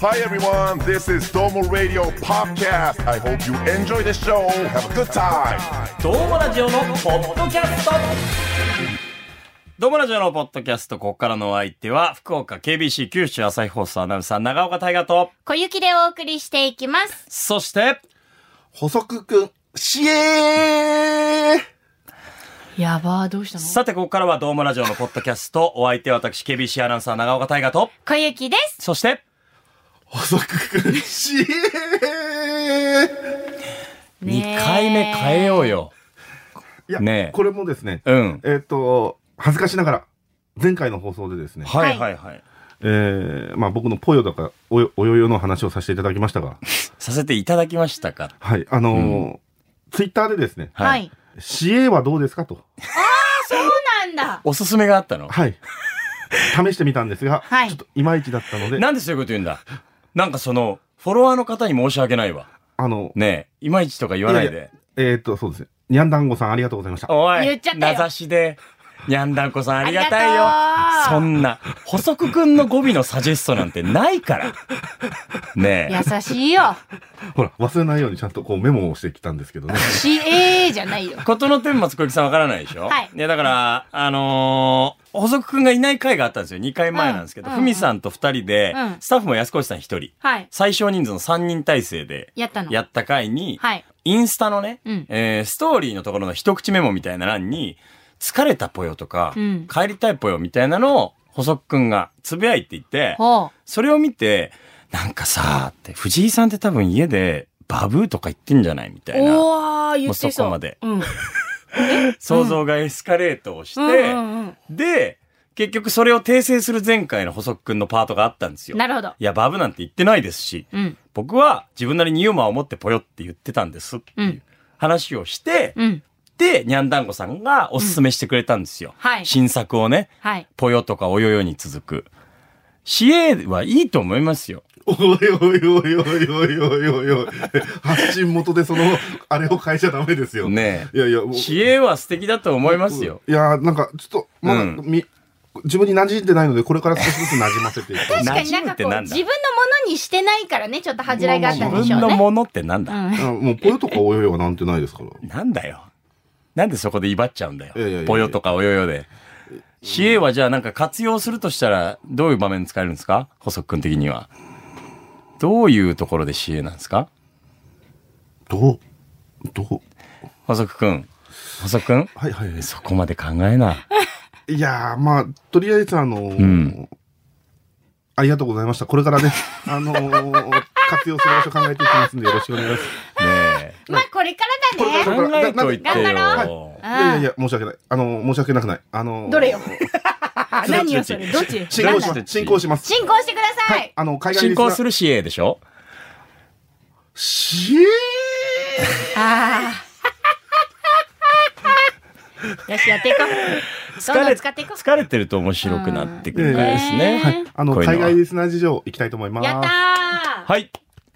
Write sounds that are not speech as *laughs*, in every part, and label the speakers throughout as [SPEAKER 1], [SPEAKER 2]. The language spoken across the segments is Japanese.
[SPEAKER 1] Hi everyone, this is Domo Radio Podcast. I hope you enjoy the show. Have a good time.
[SPEAKER 2] どうもラジオのポッドキャストどうもラジオのポッドキャスト、ここからのお相手は、福岡 KBC 九州朝日放送アナウンサー、長岡大河と、
[SPEAKER 3] 小雪でお送りしていきます。
[SPEAKER 2] そして、
[SPEAKER 4] 補足くん、しえー
[SPEAKER 3] やばー、どうした
[SPEAKER 2] さてここからはどうもラジオのポッドキャスト、お相手は私 KBC アナウンサー、長岡大河と、
[SPEAKER 3] 小雪です。
[SPEAKER 2] そして、
[SPEAKER 4] 補足くん、しえー
[SPEAKER 2] 2
[SPEAKER 3] ねえ
[SPEAKER 2] 回目変えようよ。
[SPEAKER 4] いや、
[SPEAKER 2] ねえ
[SPEAKER 4] これもですね、
[SPEAKER 2] うん。
[SPEAKER 4] えっ、と、恥ずかしながら、前回の放送でですね、
[SPEAKER 2] はいはいはい。
[SPEAKER 4] えー、まあ僕のぽよとかおよ、およよの話をさせていただきましたが、
[SPEAKER 2] させていただきましたか
[SPEAKER 4] はい、あのーツイッターでですね、
[SPEAKER 3] は
[SPEAKER 2] はいい。
[SPEAKER 4] しえはどうですかと、
[SPEAKER 3] そうなんだ。
[SPEAKER 2] おすすめがあったの
[SPEAKER 4] はい、試してみたんですが、
[SPEAKER 3] はい
[SPEAKER 4] ちょっといまいちだったので、
[SPEAKER 2] なんでそういうこと言うんだなんかその、フォロワーの方に申し訳ないわ。
[SPEAKER 4] あの、
[SPEAKER 2] ねえ、いまいちとか言わないで。
[SPEAKER 4] いやいやえっ、と、そうですね、にゃんだんごさんありがとうございました。
[SPEAKER 2] おい、
[SPEAKER 3] 言っちゃったよ
[SPEAKER 2] 名指しで、にゃんだんこさんありがたいよ
[SPEAKER 3] ありが。と
[SPEAKER 2] そ
[SPEAKER 3] う
[SPEAKER 2] んな、補足くんの語尾のサジェストなんてない
[SPEAKER 3] *laughs*
[SPEAKER 2] から。ねえ。
[SPEAKER 3] 優しいよ。
[SPEAKER 4] ほら、忘れないようにちゃんとこうメモをしてきたんですけどね。
[SPEAKER 3] しえーじゃないよ。
[SPEAKER 2] ことの天末小雪さんわからないでしょ
[SPEAKER 3] はい
[SPEAKER 2] や、だから、あのー補足くんがいない回があったんですよ。2回前なんですけど、
[SPEAKER 3] うん
[SPEAKER 2] ふみさんと2人で
[SPEAKER 3] うん、
[SPEAKER 2] スタッフも安越さん1人、
[SPEAKER 3] はい。
[SPEAKER 2] 最小人数の3人体制で、
[SPEAKER 3] やったの。
[SPEAKER 2] やった回に、
[SPEAKER 3] はい。
[SPEAKER 2] インスタのね、
[SPEAKER 3] うん
[SPEAKER 2] えーストーリーのところの一口メモみたいな欄に、疲れたぽよとか、
[SPEAKER 3] うん
[SPEAKER 2] 帰りたいぽよみたいなのを、細くんがつぶやいていて、
[SPEAKER 3] ほ
[SPEAKER 2] それを見て、なんかさ、って、藤井さんって多分家で、バブーとか言ってんじゃないみた
[SPEAKER 3] う。
[SPEAKER 2] いな、
[SPEAKER 3] おー、言ってそう。
[SPEAKER 2] もうそこまで *laughs*
[SPEAKER 3] うん。
[SPEAKER 2] 想像がエスカレートをして、
[SPEAKER 3] うんうんうん
[SPEAKER 2] で、結局それを訂正する前回の細くんのパートがあったんですよ。
[SPEAKER 3] なるほど。
[SPEAKER 2] いや、バブなんて言ってないですし、
[SPEAKER 3] うん。
[SPEAKER 2] 僕は自分なりにユーモアを持ってぽよって言ってたんですっていう話をして、
[SPEAKER 3] うん。
[SPEAKER 2] で、にゃんだんごさんがおすすめしてくれたんですよ。
[SPEAKER 3] うんはい
[SPEAKER 2] 新作をね、
[SPEAKER 3] はい。
[SPEAKER 2] ぽよとかおよよに続く。市営はいいと思いますよ。
[SPEAKER 4] おいおいおいおいおいおいおいおい。発信元でその、あれを変えちゃダメですよ。。
[SPEAKER 2] ね
[SPEAKER 4] いやいや、
[SPEAKER 2] え。
[SPEAKER 4] もう
[SPEAKER 2] 市営は素敵だと思いますよ。。
[SPEAKER 4] いや、なんか、ちょっと、まだ、
[SPEAKER 2] うん
[SPEAKER 4] み自分に馴染んでないので、これから少しずつ馴染ませていく。
[SPEAKER 2] *laughs*
[SPEAKER 3] 確
[SPEAKER 2] な
[SPEAKER 3] かにな
[SPEAKER 2] 馴染
[SPEAKER 3] んかこ
[SPEAKER 2] むって
[SPEAKER 3] う、
[SPEAKER 2] なんだ
[SPEAKER 3] 自分のものにしてないからね、ちょっと恥じらいがあった
[SPEAKER 2] 自
[SPEAKER 3] んでし
[SPEAKER 2] 分
[SPEAKER 3] ょう
[SPEAKER 2] の
[SPEAKER 3] ね。
[SPEAKER 2] ものってなんだ、
[SPEAKER 3] うん
[SPEAKER 4] あもう、ぽよとかおよよはなんてないですから。
[SPEAKER 2] なんだよ。なんでそこで威張っちゃうんだ
[SPEAKER 4] いやいやいやい
[SPEAKER 2] よ。
[SPEAKER 4] や
[SPEAKER 2] ぽよとかおよよで。市営はじゃあなんか活用するとしたら、どういう場面使えるんですか細くん的には。どういうところで市営なんですか
[SPEAKER 4] どうどう
[SPEAKER 2] 細くくん。細くん
[SPEAKER 4] はいはいは
[SPEAKER 2] そこまで考えな。
[SPEAKER 4] い。いやー、まあ、とりあえず、あのー
[SPEAKER 2] ん
[SPEAKER 4] ありがとうございました。これか
[SPEAKER 2] *laughs*
[SPEAKER 4] らね、あのー活用する場所考えていきますんで、よろしくお願いします。
[SPEAKER 2] ねえ。
[SPEAKER 3] まあ、これか
[SPEAKER 4] これ
[SPEAKER 3] ら
[SPEAKER 4] か
[SPEAKER 3] だ
[SPEAKER 4] ら
[SPEAKER 3] ね。
[SPEAKER 2] 考えといてよ。
[SPEAKER 3] 頑張
[SPEAKER 4] いやいやいや、申し訳ない。あのー申し訳なくない。あのー
[SPEAKER 3] ど
[SPEAKER 2] *laughs*
[SPEAKER 3] れよ。
[SPEAKER 2] ち
[SPEAKER 3] 何よ、それ。どっち
[SPEAKER 4] 進
[SPEAKER 2] ど
[SPEAKER 4] 行
[SPEAKER 2] っ
[SPEAKER 4] し
[SPEAKER 2] ち
[SPEAKER 4] ます。進行します。
[SPEAKER 3] 進行してください。
[SPEAKER 4] あの、海外
[SPEAKER 2] 進
[SPEAKER 4] リス
[SPEAKER 2] 行
[SPEAKER 4] ナ
[SPEAKER 2] す
[SPEAKER 4] ー。
[SPEAKER 2] る CA でしょ
[SPEAKER 4] しえ
[SPEAKER 3] ああ。 *laughs* よし、やっていこう。どんどん使っていこう。
[SPEAKER 2] 疲れてると面白くなってくるからです
[SPEAKER 3] うん
[SPEAKER 2] ね。
[SPEAKER 3] はい
[SPEAKER 4] あの、
[SPEAKER 2] こういう
[SPEAKER 4] 海
[SPEAKER 2] のは
[SPEAKER 4] 外リスナー事情行きたいと思います。
[SPEAKER 3] やったー
[SPEAKER 2] はい。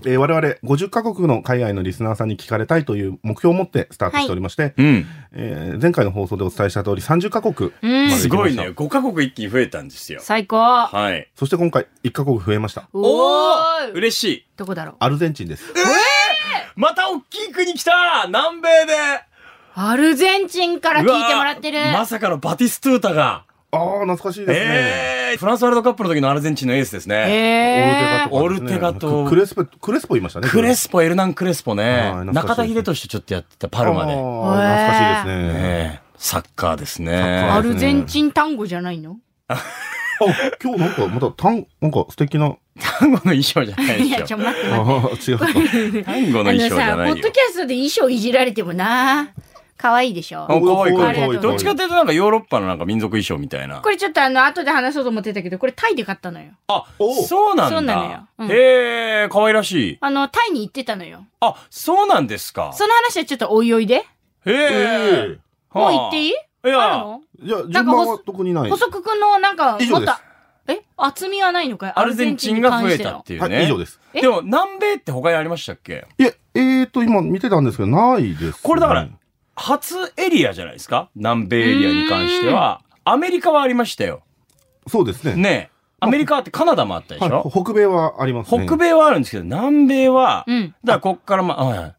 [SPEAKER 4] えー我々50カ国の海外のリスナーさんに聞かれたいという目標を持ってスタートしておりまして、
[SPEAKER 2] うん。
[SPEAKER 4] えー前回の放送でお伝えした通り30カ国まで行きました。
[SPEAKER 2] すごいね。5カ国一気に増えたんですよ。
[SPEAKER 3] 最高
[SPEAKER 2] はい。
[SPEAKER 4] そして今回1カ国増えました。
[SPEAKER 3] お
[SPEAKER 2] ー
[SPEAKER 3] ー
[SPEAKER 2] 嬉しい。
[SPEAKER 3] どこだろう
[SPEAKER 4] アルゼンチンです。
[SPEAKER 2] また大きい国来た南米で
[SPEAKER 3] アルゼンチンから聞いてもらってる
[SPEAKER 2] うわーまさかのバティストゥータが。
[SPEAKER 4] ああ、懐かしいですね。
[SPEAKER 2] ええー。フランスワールドカップの時のアルゼンチンのエースですね。
[SPEAKER 3] へー
[SPEAKER 4] オルテガとかですね
[SPEAKER 2] オルテガと
[SPEAKER 4] クレスポ、クレスポいましたね。
[SPEAKER 2] クレスポ、エルナン・クレスポね
[SPEAKER 4] はい。懐かしい
[SPEAKER 2] 中田秀俊とちょっとやってたパルマ
[SPEAKER 4] あ
[SPEAKER 2] で。ね
[SPEAKER 4] ー懐かしいですね。
[SPEAKER 2] えサッカーですね。
[SPEAKER 4] ッカー
[SPEAKER 3] アルゼンチン単語じゃないの
[SPEAKER 4] あ、今日なんかまた、たん、なんか素敵な。
[SPEAKER 2] 単語の衣装じゃない
[SPEAKER 3] い
[SPEAKER 2] です
[SPEAKER 3] やち
[SPEAKER 2] よ。
[SPEAKER 3] ょ待って待っ
[SPEAKER 4] ああ、違うか。
[SPEAKER 2] 単語の
[SPEAKER 3] てあ
[SPEAKER 2] 衣
[SPEAKER 3] の
[SPEAKER 2] 装じゃ
[SPEAKER 3] さ
[SPEAKER 2] ない
[SPEAKER 3] ポッド
[SPEAKER 2] よ
[SPEAKER 3] キ。ャストで衣装いじられてもな可愛いでしょ
[SPEAKER 2] あ可愛い可愛い
[SPEAKER 3] 可愛い
[SPEAKER 2] どっちかというとなんかヨーロッパのなんか民族衣装みたいな。
[SPEAKER 3] これちょっとあの後で話そうと思ってたけどこれタイで買ったのよ
[SPEAKER 2] あ
[SPEAKER 4] お、
[SPEAKER 2] そうなんだ。
[SPEAKER 3] そうなのようん
[SPEAKER 2] へえ、可愛らしい。
[SPEAKER 3] あのタイに行ってたのよ
[SPEAKER 2] あ、そうなんですか。
[SPEAKER 3] その話はちょっとおいおいで
[SPEAKER 2] へえ。
[SPEAKER 3] もう
[SPEAKER 2] はあ
[SPEAKER 3] 行っていい
[SPEAKER 2] い
[SPEAKER 3] ある
[SPEAKER 2] や、
[SPEAKER 3] の
[SPEAKER 4] じゃあ、順番は特にない。
[SPEAKER 3] 補足くんのなんか
[SPEAKER 4] 以
[SPEAKER 3] もっ
[SPEAKER 4] 上で
[SPEAKER 3] と
[SPEAKER 4] す
[SPEAKER 3] え厚みはないのかい
[SPEAKER 2] アルゼンチンが増えたっていう
[SPEAKER 4] はい、以
[SPEAKER 2] ね
[SPEAKER 4] 上。です。
[SPEAKER 3] え
[SPEAKER 2] でも南米って他にありましたっけ
[SPEAKER 4] いや、えーと、今見てたんですけど、ないです、ね。
[SPEAKER 2] これだから、初エリアじゃないですか南米エリアに関しては。アメリカはありましたよ。
[SPEAKER 4] そうですね。
[SPEAKER 2] ねアメリカあってカナダもあったでし
[SPEAKER 4] はい
[SPEAKER 2] ょ、
[SPEAKER 4] 北米はありますね。
[SPEAKER 2] 北米はあるんですけど、南米は、
[SPEAKER 3] うん
[SPEAKER 2] だからこっからまあ、はい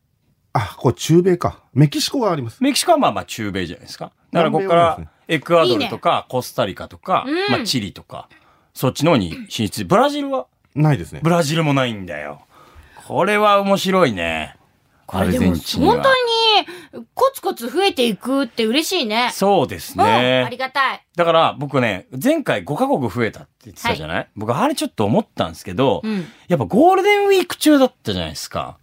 [SPEAKER 4] あ、これ中米か。メキシコがあります。
[SPEAKER 2] メキシコはまあまあ中米じゃないですか。だからここか
[SPEAKER 4] 南米はで
[SPEAKER 2] らエクアドルとかコスタリカとか、
[SPEAKER 3] いいねうん
[SPEAKER 2] まあチリとか、そっちの方に進出。ブラジルは
[SPEAKER 4] ないですね
[SPEAKER 2] ブ。ラジルもないんだよ。これは面白いね。
[SPEAKER 3] これでも本当にコツコツ増えていくって嬉しいね。
[SPEAKER 2] そうです
[SPEAKER 3] うん、あ
[SPEAKER 2] ね。
[SPEAKER 3] りがたい。
[SPEAKER 2] だから僕ね、前回5カ国増えたって言ってたじゃない、僕あれちょっと思ったんですけど、
[SPEAKER 3] うん
[SPEAKER 2] やっぱゴールデンウィーク中だったじゃないですか。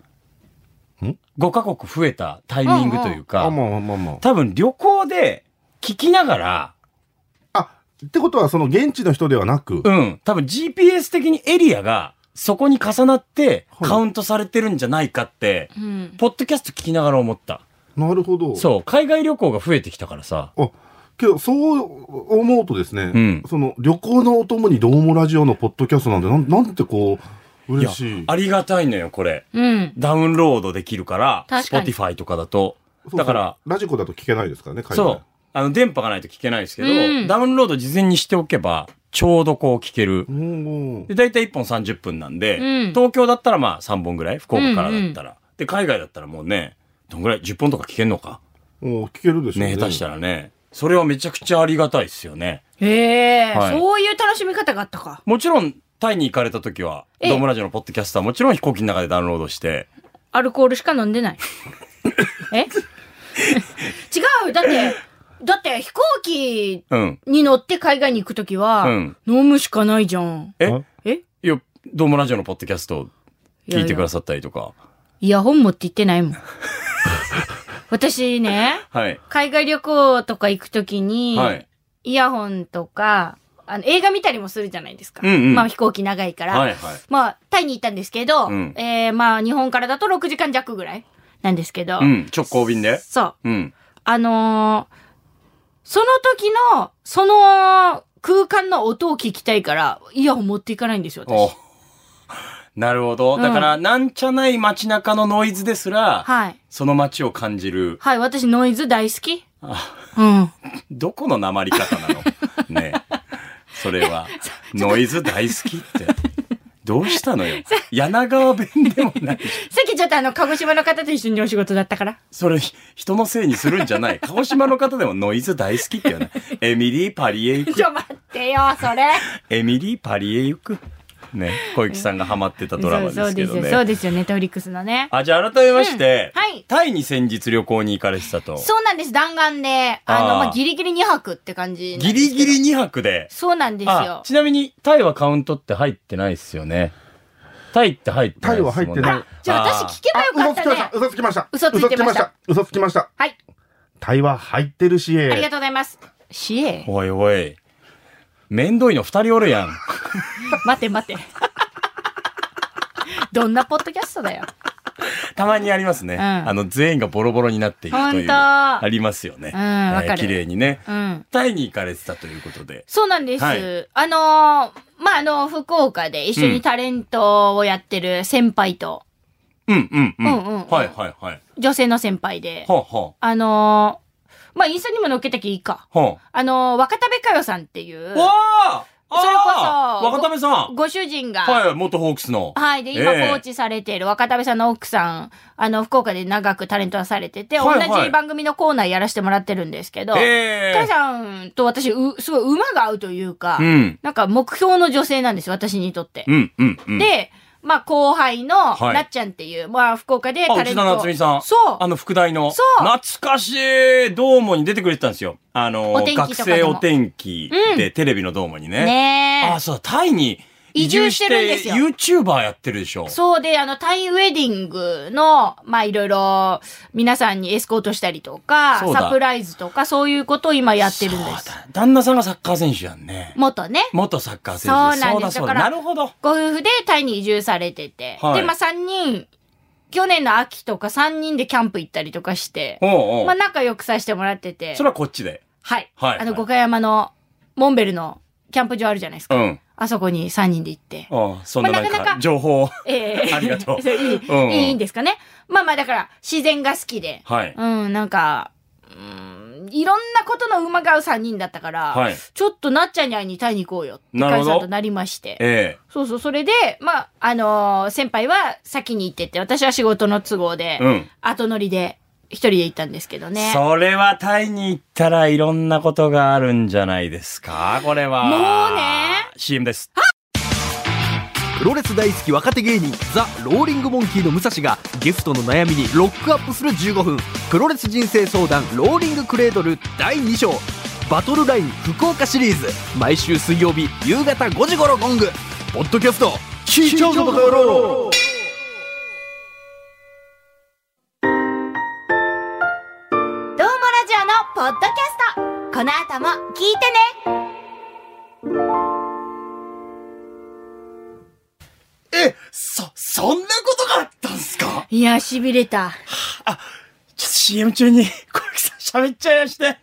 [SPEAKER 4] ん
[SPEAKER 2] ?5 カ国増えたタイミングというか、
[SPEAKER 4] あ、まあまあまあまあ。
[SPEAKER 2] 多分旅行で聞きながら、
[SPEAKER 4] あ、ってことはその現地の人ではなく、
[SPEAKER 2] うん。多分 GPS 的にエリアがそこに重なって
[SPEAKER 4] はい
[SPEAKER 2] カウントされてるんじゃないかって、
[SPEAKER 3] うん。
[SPEAKER 2] ポッドキャスト聞きながら思った。
[SPEAKER 4] なるほど。
[SPEAKER 2] そう。海外旅行が増えてきたからさ。
[SPEAKER 4] あ、けど、そう思うとですね、
[SPEAKER 2] うん
[SPEAKER 4] その旅行のお供にどうもラジオのポッドキャストなんで、なんなんてこう、嬉しい。
[SPEAKER 2] ありがたいのよ、これ。
[SPEAKER 3] うん。
[SPEAKER 2] ダウンロードできるから、
[SPEAKER 3] 確かに
[SPEAKER 2] Spotify とかだと。
[SPEAKER 4] そうそう
[SPEAKER 2] だから、
[SPEAKER 4] ラジコだと聞けないですからね、海外
[SPEAKER 2] そう。あの、電波がないと聞けないですけど、
[SPEAKER 3] うん
[SPEAKER 2] ダウンロード事前にしておけば、ちょうどこう聞ける。
[SPEAKER 4] おー
[SPEAKER 2] で、大体1本30分なんで、
[SPEAKER 3] うん
[SPEAKER 2] 東京だったらまあ3本ぐらい福岡からだったら。で、海外だったらもうね、どんぐらい ?10 本とか聞けんのか。
[SPEAKER 4] おー聞けるでしょう
[SPEAKER 2] ね、下手したらね。それはめちゃくちゃありがたいですよね。
[SPEAKER 3] へえ、
[SPEAKER 2] はい
[SPEAKER 3] そういう楽しみ方があったか。
[SPEAKER 2] もちろん、タイに行かれた時は、
[SPEAKER 3] ええ
[SPEAKER 2] ドームラジオのポッドキャストはもちろん飛行機の中でダウンロードして、
[SPEAKER 3] アルコールしか飲ん
[SPEAKER 2] *laughs*
[SPEAKER 3] でない。え違う。だって、だって飛行機
[SPEAKER 2] うん。
[SPEAKER 3] に乗って海外に行くときは、
[SPEAKER 2] うん
[SPEAKER 3] 飲むしかないじゃん。
[SPEAKER 2] え
[SPEAKER 4] あ
[SPEAKER 3] え
[SPEAKER 2] いや、ドームラジオのポッドキャスト聞いてくだ
[SPEAKER 3] さ
[SPEAKER 2] さったりとか。
[SPEAKER 3] い。イヤホン持って行ってな
[SPEAKER 2] *laughs*
[SPEAKER 3] いもん。私ね、
[SPEAKER 2] はい。
[SPEAKER 3] 海外旅行とか行くときに、
[SPEAKER 2] はい。
[SPEAKER 3] イヤホンとか、あの、映画見たりもするじゃないですか。
[SPEAKER 2] うんうん
[SPEAKER 3] まあ飛行機長いから。
[SPEAKER 2] はいはい
[SPEAKER 3] まあ、タイに行ったんですけど、
[SPEAKER 2] うん
[SPEAKER 3] えー、まあ日本からだと6時間弱ぐらいなんですけど、
[SPEAKER 2] うん。直行便で。
[SPEAKER 3] そう。
[SPEAKER 2] うん。
[SPEAKER 3] あのーその時の、その空間の音を聞きたいから、イヤホン持っていかないんですよ、
[SPEAKER 2] お *laughs*
[SPEAKER 3] 私。
[SPEAKER 2] なるほど。だから、なんちゃない街中のノイズですら、
[SPEAKER 3] はい。
[SPEAKER 2] その街を感じる。
[SPEAKER 3] はい、私ノイズ大好き。
[SPEAKER 2] あ
[SPEAKER 3] うん。
[SPEAKER 2] どこの鉛り方な
[SPEAKER 3] *laughs*
[SPEAKER 2] のねえそれは。ノイズ大好きって。どうしたの
[SPEAKER 3] *laughs*
[SPEAKER 2] よ。柳川弁でもないし。
[SPEAKER 3] さっきちょっとあの、鹿児島の方と一緒にお仕事だったから。
[SPEAKER 2] それ、ひ人のせいにするんじゃない。鹿児島の方でもノイズ大好きって
[SPEAKER 3] *laughs*
[SPEAKER 2] よね。エミリー・パリへ行
[SPEAKER 3] *laughs* ち
[SPEAKER 2] く。
[SPEAKER 3] ょ、待ってよ、それ。
[SPEAKER 2] エミリー・パリへ行く。ね、小雪さんがハマってたドラマ
[SPEAKER 3] そう
[SPEAKER 2] ですけど
[SPEAKER 3] そうですよ、そ
[SPEAKER 2] ね。
[SPEAKER 3] うですよ、ネトフリックスのね。
[SPEAKER 2] あ、じゃあ改めまして、
[SPEAKER 3] うんはい
[SPEAKER 2] タイに先日旅行に行かれてたと。
[SPEAKER 3] そうなんです、弾丸で、あの、
[SPEAKER 2] あー
[SPEAKER 3] まあ、ギリギリ2泊って感じなんです
[SPEAKER 2] ギ
[SPEAKER 3] けど。
[SPEAKER 2] リギリ2泊で。
[SPEAKER 3] そうなんです
[SPEAKER 2] あ
[SPEAKER 3] よ、。
[SPEAKER 2] ちなみにタイはカウントって入ってないっすよね。タイって入ってないっすもんね。
[SPEAKER 4] タイは入ってない
[SPEAKER 3] じゃあ私聞けばよか
[SPEAKER 4] 嘘
[SPEAKER 3] っ
[SPEAKER 4] つ
[SPEAKER 3] た
[SPEAKER 4] きました
[SPEAKER 3] ね。
[SPEAKER 4] 嘘つ
[SPEAKER 3] 嘘
[SPEAKER 4] きました
[SPEAKER 3] ついてました
[SPEAKER 4] 嘘つきました
[SPEAKER 3] はい、
[SPEAKER 4] タイは入ってるし
[SPEAKER 3] ありがとうございます。しえ。
[SPEAKER 2] おいおい。めんどいの二人おるやん。
[SPEAKER 3] 待て待て。 *laughs* どんなポッドキャストだよ。
[SPEAKER 2] *laughs* たまにありますね。
[SPEAKER 3] ん
[SPEAKER 2] あの、全員がボロボロになっていくと
[SPEAKER 3] ほ
[SPEAKER 2] い
[SPEAKER 3] ん
[SPEAKER 2] う。
[SPEAKER 3] と
[SPEAKER 2] ありますよね。
[SPEAKER 3] うんわかる
[SPEAKER 2] 綺麗にね。
[SPEAKER 3] うん。
[SPEAKER 2] タイに行かれてたということで。
[SPEAKER 3] そうなんです。
[SPEAKER 2] はい
[SPEAKER 3] あのーまあ、あの、福岡で一緒にタレントをやってる先輩と、
[SPEAKER 2] うんうんうん。
[SPEAKER 3] うんうんうん
[SPEAKER 2] はいはいはい。
[SPEAKER 3] 女性の先輩で、
[SPEAKER 2] ほうほ
[SPEAKER 3] あのーまあ、インスタにも載っけたきいいか
[SPEAKER 2] う。。ほ
[SPEAKER 3] あのー若田部佳代さんっていう
[SPEAKER 2] う。、わー
[SPEAKER 3] それこそ
[SPEAKER 2] あー若田部さん。
[SPEAKER 3] ご主人が、
[SPEAKER 2] はい、元ホークスの。
[SPEAKER 3] はい。で、今、コ
[SPEAKER 2] ええ
[SPEAKER 3] ーチされている若田部さんの奥さん、あの、福岡で長くタレントはされてて、
[SPEAKER 2] はいはい
[SPEAKER 3] 同じ番組のコーナーやらせてもらってるんですけど、
[SPEAKER 2] え
[SPEAKER 3] 母
[SPEAKER 2] え
[SPEAKER 3] さんと私、う、すごい馬が合うというか、
[SPEAKER 2] うん
[SPEAKER 3] なんか目標の女性なんですよ、私にとって。
[SPEAKER 2] うんうんうん。、
[SPEAKER 3] で、まあ後輩の、
[SPEAKER 2] はい
[SPEAKER 3] なっちゃんっていう、まあ福岡で
[SPEAKER 2] あ、
[SPEAKER 3] タ
[SPEAKER 2] 内
[SPEAKER 3] レント。
[SPEAKER 2] 田夏美さん。
[SPEAKER 3] そう。
[SPEAKER 2] あの、副題の。
[SPEAKER 3] そう
[SPEAKER 2] 懐かしいどうもに出てくれてたんですよ。あの
[SPEAKER 3] お天気、とかでも
[SPEAKER 2] 学生お天気で、テレビのどうもにね。
[SPEAKER 3] ね
[SPEAKER 2] あ、そうだ、タイに
[SPEAKER 3] 移住してるんですよ
[SPEAKER 2] 移住して YouTuber やってるでしょ。
[SPEAKER 3] え。そうで、あの、タイウェディングの、まあ、いろいろ、皆さんにエスコートしたりとか
[SPEAKER 2] そ、うだ
[SPEAKER 3] サプライズとか、そういうことを今やってるんです。
[SPEAKER 2] だ旦那さんがサッカー選手やんね。
[SPEAKER 3] 元ね、
[SPEAKER 2] 元サッカー選手。
[SPEAKER 3] そうなんです
[SPEAKER 2] そうだそうだ。
[SPEAKER 3] だから
[SPEAKER 2] なるほど。
[SPEAKER 3] ご夫婦でタイに移住されてて、
[SPEAKER 2] はい
[SPEAKER 3] で、まあ3人、去年の秋とか3人でキャンプ行ったりとかして、
[SPEAKER 2] おうおう。
[SPEAKER 3] まあ仲良くさせてもらってて
[SPEAKER 2] そ、れはこっちで。
[SPEAKER 3] はい。
[SPEAKER 2] はい
[SPEAKER 3] あの、五箇山の、モンベルのキャンプ場あるじゃないです
[SPEAKER 2] う
[SPEAKER 3] か。
[SPEAKER 2] ん。
[SPEAKER 3] あそこに3人で行って。
[SPEAKER 2] ああそんな
[SPEAKER 3] ま
[SPEAKER 2] な
[SPEAKER 3] あ
[SPEAKER 2] ん
[SPEAKER 3] なかな
[SPEAKER 2] か
[SPEAKER 3] か、
[SPEAKER 2] 情報を。
[SPEAKER 3] ええ
[SPEAKER 2] ありがとう
[SPEAKER 3] *laughs* それいい、
[SPEAKER 2] うんうん
[SPEAKER 3] いいんですかね。まあまあ、だから、自然が好きで、
[SPEAKER 2] はい。
[SPEAKER 3] うん、なんか、うんいろんなことの馬が合う3人だったから、
[SPEAKER 2] はい
[SPEAKER 3] ちょっとなっちゃんに会いにタイに行こうよって
[SPEAKER 2] なる
[SPEAKER 3] 解
[SPEAKER 2] ほど
[SPEAKER 3] 散となりまして。
[SPEAKER 2] え
[SPEAKER 3] そうそう、それで、まあ、あのー先輩は先に行ってって、私は仕事の都合で、
[SPEAKER 2] うん
[SPEAKER 3] 後乗りで一人で行ったんですけど
[SPEAKER 2] え
[SPEAKER 3] ね。
[SPEAKER 2] それはタイに行ったらいろんなことがあるんじゃないですかこれは。
[SPEAKER 3] もうね。
[SPEAKER 2] CM です。
[SPEAKER 5] プロレス大好き若手芸人ザ・ローリングモンキーの武蔵がゲストの悩みにロックアップする15分プロレス人生相談ローリングクレードル第2章バトルライン福岡シリーズ毎週水曜日夕方5時頃ゴングポッドキャスト聞いちゃうぞバカ野郎
[SPEAKER 6] どうもラジオのポッドキャストこの後も聞いてね
[SPEAKER 2] え、そ、そんなことがあったんすか
[SPEAKER 3] いや、痺れ
[SPEAKER 2] ち
[SPEAKER 3] た。
[SPEAKER 2] ょっと CM 中に *laughs* 小雪さん喋っちゃいまして。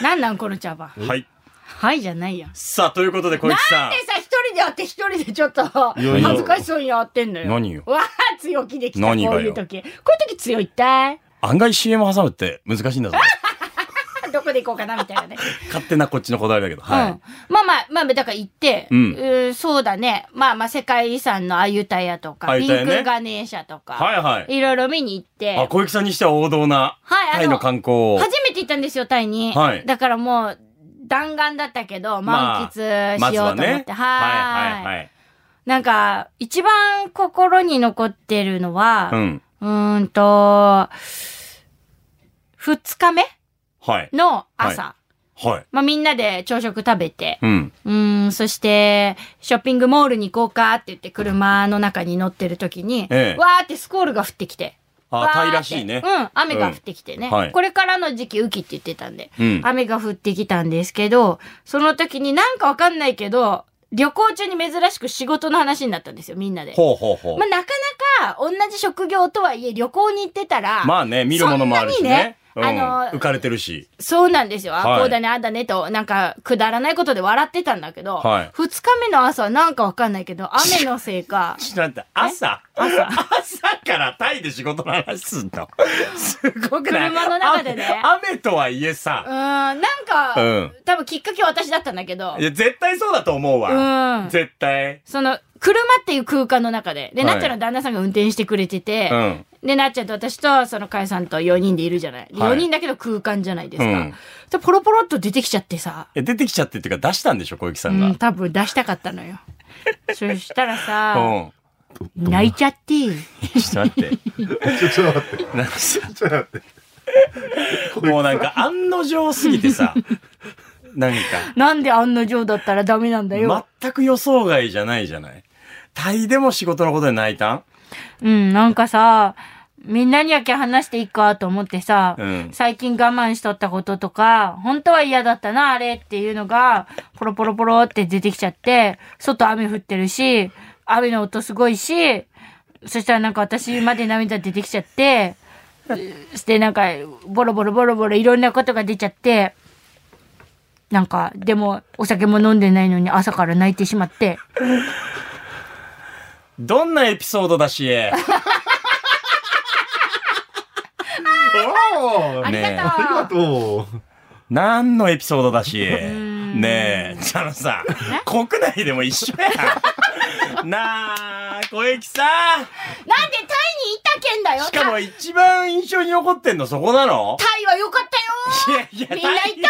[SPEAKER 3] なんなん、この茶番。
[SPEAKER 2] はい。
[SPEAKER 3] はいじゃないやん。
[SPEAKER 2] さあ、ということで小雪さん
[SPEAKER 3] で。さ、一人でやって一人でちょっと、
[SPEAKER 4] いやいや
[SPEAKER 3] 恥ずかしそうにやってんのよ。
[SPEAKER 2] 何よ
[SPEAKER 3] わあ、強気できた。
[SPEAKER 2] 何がよ
[SPEAKER 3] こういう時。こういう時強いったい。
[SPEAKER 2] 案外 CM 挟むって難しいんだぞ。
[SPEAKER 3] あどこで行こうかな、みたいなね。
[SPEAKER 2] 勝手なこっちのこだわりだけど。*laughs*
[SPEAKER 3] うん
[SPEAKER 2] はい。
[SPEAKER 3] まあまあ、まあ、だから行って、
[SPEAKER 2] うん
[SPEAKER 3] ーそうだね。まあまあ、世界遺産のアユタヤとか、
[SPEAKER 2] アユ
[SPEAKER 3] ピ
[SPEAKER 2] タヤ
[SPEAKER 3] ン
[SPEAKER 2] ね
[SPEAKER 3] クガネーシャとか、
[SPEAKER 2] はいはい。
[SPEAKER 3] いろいろ見に行って、
[SPEAKER 2] あ、小雪さんにしては王道な、
[SPEAKER 3] はいあの
[SPEAKER 2] タイの観光を。
[SPEAKER 3] 初めて行ったんですよ、タイに。
[SPEAKER 2] はい
[SPEAKER 3] だからもう、弾丸だったけど、
[SPEAKER 2] まあ
[SPEAKER 3] 満喫しようと思って、
[SPEAKER 2] まずはね
[SPEAKER 3] はーい
[SPEAKER 2] はいはいはい。
[SPEAKER 3] なんか、一番心に残ってるのは、
[SPEAKER 2] うん。
[SPEAKER 3] うーんと、二日目
[SPEAKER 2] はい。
[SPEAKER 3] の朝、
[SPEAKER 2] はい。
[SPEAKER 3] まあみんなで朝食食べて、
[SPEAKER 2] うん。
[SPEAKER 3] うーん、そして、ショッピングモールに行こうかって言って車の中に乗ってる時に、
[SPEAKER 2] ええ
[SPEAKER 3] わーってスコールが降ってきて。わー
[SPEAKER 2] あ
[SPEAKER 3] っ、て
[SPEAKER 2] タイらしいね。
[SPEAKER 3] うん、雨が降ってきてね。
[SPEAKER 2] うんはい
[SPEAKER 3] これからの時期、雨季って言ってたんで、
[SPEAKER 2] うん
[SPEAKER 3] 雨が降ってきたんですけど、その時になんかわかんないけど、旅行中に珍しく仕事の話になったんですよ、みんなで。
[SPEAKER 2] ほうほうほう。
[SPEAKER 3] まあ、なかなか同じ職業とはいえ旅行に行ってたら、
[SPEAKER 2] まあね、見るものもあるしね。
[SPEAKER 3] そんなにね
[SPEAKER 2] うん
[SPEAKER 3] あのー
[SPEAKER 2] 浮かれてるし。
[SPEAKER 3] そうなんですよ。あ、
[SPEAKER 2] はい
[SPEAKER 3] こうだね、あだねと、なんか、くだらないことで笑ってたんだけど、二、
[SPEAKER 2] はい、
[SPEAKER 3] 日目の朝はなんかわかんないけど、雨のせいか
[SPEAKER 2] ちょっと待って、朝朝からタイで仕事の話すんの。すごくない
[SPEAKER 3] *laughs* 車の中でね
[SPEAKER 2] 雨雨とはいえ
[SPEAKER 3] うー
[SPEAKER 2] さ。
[SPEAKER 3] ん、なんか、
[SPEAKER 2] うん
[SPEAKER 3] 多分きっかけは私だったんだけど
[SPEAKER 2] い、や、絶対そうだと思うわ。
[SPEAKER 3] うん
[SPEAKER 2] 絶対。
[SPEAKER 3] その、車っていう空間の中で、で、
[SPEAKER 2] はい
[SPEAKER 3] なっちゃんの旦那さんが運転してくれてて、
[SPEAKER 2] うん。
[SPEAKER 3] で、なっちゃんと私と、その、かえさんと4人でいるじゃない。で
[SPEAKER 2] はい
[SPEAKER 3] 4人だけど空間じゃないですか。
[SPEAKER 2] うん
[SPEAKER 3] で、ポロポロっと出てきちゃってさ、
[SPEAKER 2] え出てきちゃってっていうか出したんでしょ、小雪さん
[SPEAKER 3] うん、
[SPEAKER 2] が。
[SPEAKER 3] 多分出したかったの
[SPEAKER 2] *laughs*
[SPEAKER 3] よ。そしたら
[SPEAKER 2] う
[SPEAKER 3] さ、
[SPEAKER 2] ん。
[SPEAKER 3] 泣いちゃって、
[SPEAKER 2] ちょっと待って。
[SPEAKER 4] ちょちょっと待って。
[SPEAKER 2] なんか
[SPEAKER 4] ちょっと待って。
[SPEAKER 2] もうなんか案の定すぎてさ。なんか。
[SPEAKER 3] なんであんな情だったらダメなんだよ。
[SPEAKER 2] 全く予想外じゃないじゃない。タイでも仕事のことで泣いたん
[SPEAKER 3] うん、なんかさ、みんなにだけ話していいかと思ってさ、
[SPEAKER 2] うん
[SPEAKER 3] 最近我慢しとったこととか、本当は嫌だったな、あれっていうのが、ポロポロポロって出てきちゃって、外雨降ってるし、雨の音すごいし、そしたらなんか私まで涙出てきちゃって、してなんか、ボロボロボロボロいろんなことが出ちゃって、なんか、でも、お酒も飲んでないのに朝から泣いてしまって、
[SPEAKER 2] どんなエピソードだしえ。
[SPEAKER 4] おー
[SPEAKER 3] ありがとう
[SPEAKER 2] ね
[SPEAKER 4] ありがとう。
[SPEAKER 2] 何のエピソードだしえ。ねえ、あのさ、国内でも一緒や。なあ、小雪さん。
[SPEAKER 3] なんでタイに行ったけんだよ
[SPEAKER 2] しかも一番印象に残ってんのそこなの
[SPEAKER 3] タイは良かったよ
[SPEAKER 2] いやいや、
[SPEAKER 3] みんな行った方がいい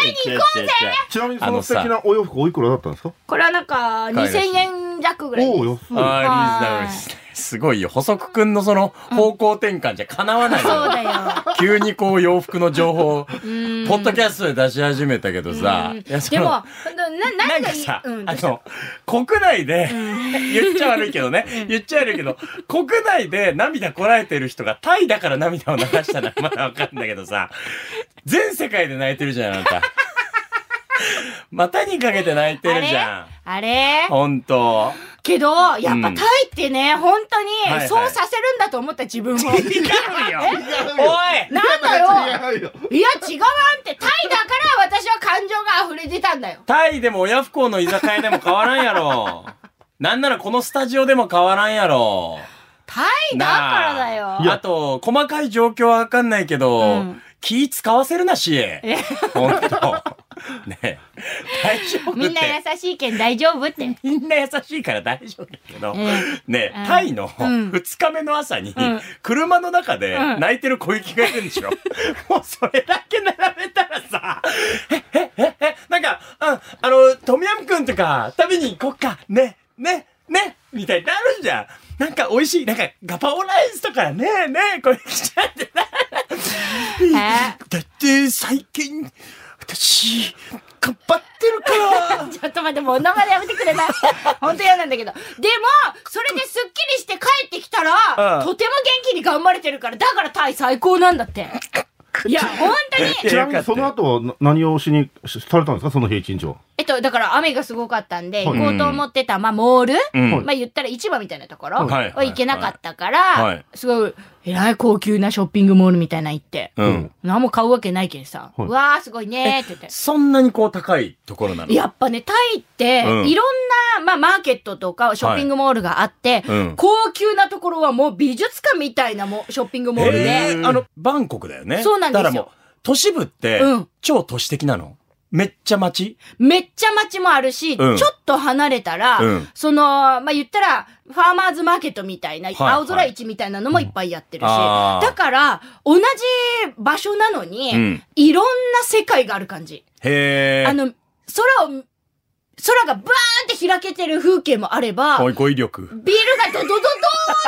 [SPEAKER 3] タイに行こう
[SPEAKER 2] うぜ
[SPEAKER 4] ちなみにそ
[SPEAKER 2] あの
[SPEAKER 4] の素
[SPEAKER 2] さ
[SPEAKER 4] 敵なお洋服おいくらだったんですか
[SPEAKER 3] *laughs* これはなんか
[SPEAKER 2] 海外
[SPEAKER 3] 2000円弱ぐらい
[SPEAKER 4] お
[SPEAKER 3] で
[SPEAKER 4] お、
[SPEAKER 3] す
[SPEAKER 4] 安い。
[SPEAKER 2] ああ、リーズナブルですね。すごいよ。補足くんのその方向転換じゃ叶わないの
[SPEAKER 3] そう
[SPEAKER 2] *laughs*
[SPEAKER 3] だよ
[SPEAKER 2] 急にこう洋服の情報を、ポッドキャストで出し始めたけどさ。いやそ
[SPEAKER 3] で
[SPEAKER 2] の
[SPEAKER 3] もな
[SPEAKER 2] な
[SPEAKER 3] 何
[SPEAKER 2] ん
[SPEAKER 3] が
[SPEAKER 2] か
[SPEAKER 3] いい
[SPEAKER 2] さ、
[SPEAKER 3] うん
[SPEAKER 2] あの、国内で、言っちゃ悪いけどね、言っちゃ悪いけど、国内で涙こらえてる人がタイだから涙を流したらまだわかるんだけどさ、全世界で泣いてるじゃん、あなた。股にかけて泣いてるじゃん。
[SPEAKER 3] あれ
[SPEAKER 2] ほんと。
[SPEAKER 3] けどやっぱタイってね本当
[SPEAKER 2] はいは
[SPEAKER 3] に
[SPEAKER 2] い
[SPEAKER 3] そうさせるんだと思った自分
[SPEAKER 2] *laughs*
[SPEAKER 3] をなんだよ
[SPEAKER 2] 違うよおい
[SPEAKER 4] 違うよ。
[SPEAKER 3] いや違わんってタイだから私は感情が溢れてたんだよ
[SPEAKER 2] タイでも親不孝の居酒屋でも変わらんやろ。なんならこのスタジオでも変わらんやろ。
[SPEAKER 3] タイだからだよ
[SPEAKER 2] あと、細かい状況はわかんないけど、
[SPEAKER 3] うん
[SPEAKER 2] 気使わせるな、し
[SPEAKER 3] え
[SPEAKER 2] え。本当。ねえ大丈夫って。
[SPEAKER 3] みんな優しいけん大丈
[SPEAKER 2] *laughs*
[SPEAKER 3] 夫って。
[SPEAKER 2] みんな優しいから大丈夫だけど、
[SPEAKER 3] ええ
[SPEAKER 2] ねえ
[SPEAKER 3] うん
[SPEAKER 2] タイの
[SPEAKER 3] うん
[SPEAKER 2] 2日目の朝に
[SPEAKER 3] ん、
[SPEAKER 2] 車の中で
[SPEAKER 3] うん
[SPEAKER 2] 泣いてる小雪がいるんで
[SPEAKER 3] *laughs*
[SPEAKER 2] しょ。もうそれだけ並べたらさ、え、え、え、え、なんか、うん、あの、トムヤムくんとか食べに行こっか、ね、ね、ね、みたいになるじゃん。なんか美味しい、なんかガパオライスとかね、ね、小雪ちゃんってな
[SPEAKER 3] え
[SPEAKER 2] だって最近、私、頑張ってるから。
[SPEAKER 3] ちょっと待って、もう女までやめて
[SPEAKER 2] *laughs*
[SPEAKER 3] くれない。本当嫌なんだけど。でも、それですっきりして帰ってきたら、
[SPEAKER 2] うん
[SPEAKER 3] とても元気に頑張れてるから、だからタイ最高なんだって。いや、本
[SPEAKER 2] *laughs*
[SPEAKER 3] 当に。
[SPEAKER 4] *laughs* ちなみにその後はな何をしにしされたんですかその日一日は。
[SPEAKER 3] えっと、だから雨がすごかったんで、行
[SPEAKER 4] はい
[SPEAKER 3] こうと思ってた、まあ、モール、
[SPEAKER 2] うん
[SPEAKER 3] まあ、言ったら市場みたいなところ
[SPEAKER 4] はい
[SPEAKER 2] はい
[SPEAKER 3] は行けなかったから、
[SPEAKER 2] はい
[SPEAKER 3] すごい、えらい高級なショッピングモールみたいなの行って、
[SPEAKER 2] うん。
[SPEAKER 3] 何も買うわけないけんさ、
[SPEAKER 4] はいう
[SPEAKER 3] わー、すごいねーって言って。
[SPEAKER 2] そんなにこう高いところなの
[SPEAKER 3] やっぱね、タイって、
[SPEAKER 2] うん
[SPEAKER 3] いろんな、まあ、マーケットとか、ショッピングモールがあって、
[SPEAKER 2] うん
[SPEAKER 3] 高級なところはもう美術館みたいなもショッピングモール
[SPEAKER 2] え
[SPEAKER 3] で、
[SPEAKER 2] ーあの、バンコクだよね。
[SPEAKER 3] そうなんですよ
[SPEAKER 2] だからもう、都市部って
[SPEAKER 3] うん、
[SPEAKER 2] 超都市的なの。めっちゃ街
[SPEAKER 3] めっちゃ街もあるし、
[SPEAKER 2] うん
[SPEAKER 3] ちょっと離れたら、
[SPEAKER 2] うん
[SPEAKER 3] その、まあ、言ったら、ファーマーズマーケットみたいな、
[SPEAKER 2] はい
[SPEAKER 3] 青空市みたいなのもいっぱいやってるし、
[SPEAKER 2] うんあー
[SPEAKER 3] だから、同じ場所なのに、
[SPEAKER 2] うん
[SPEAKER 3] いろんな世界がある感じ。
[SPEAKER 2] へ
[SPEAKER 3] あ、の、空を、空がバーンって開けてる風景もあれば、
[SPEAKER 2] い、語彙力。
[SPEAKER 3] ビルがドドドドーンっ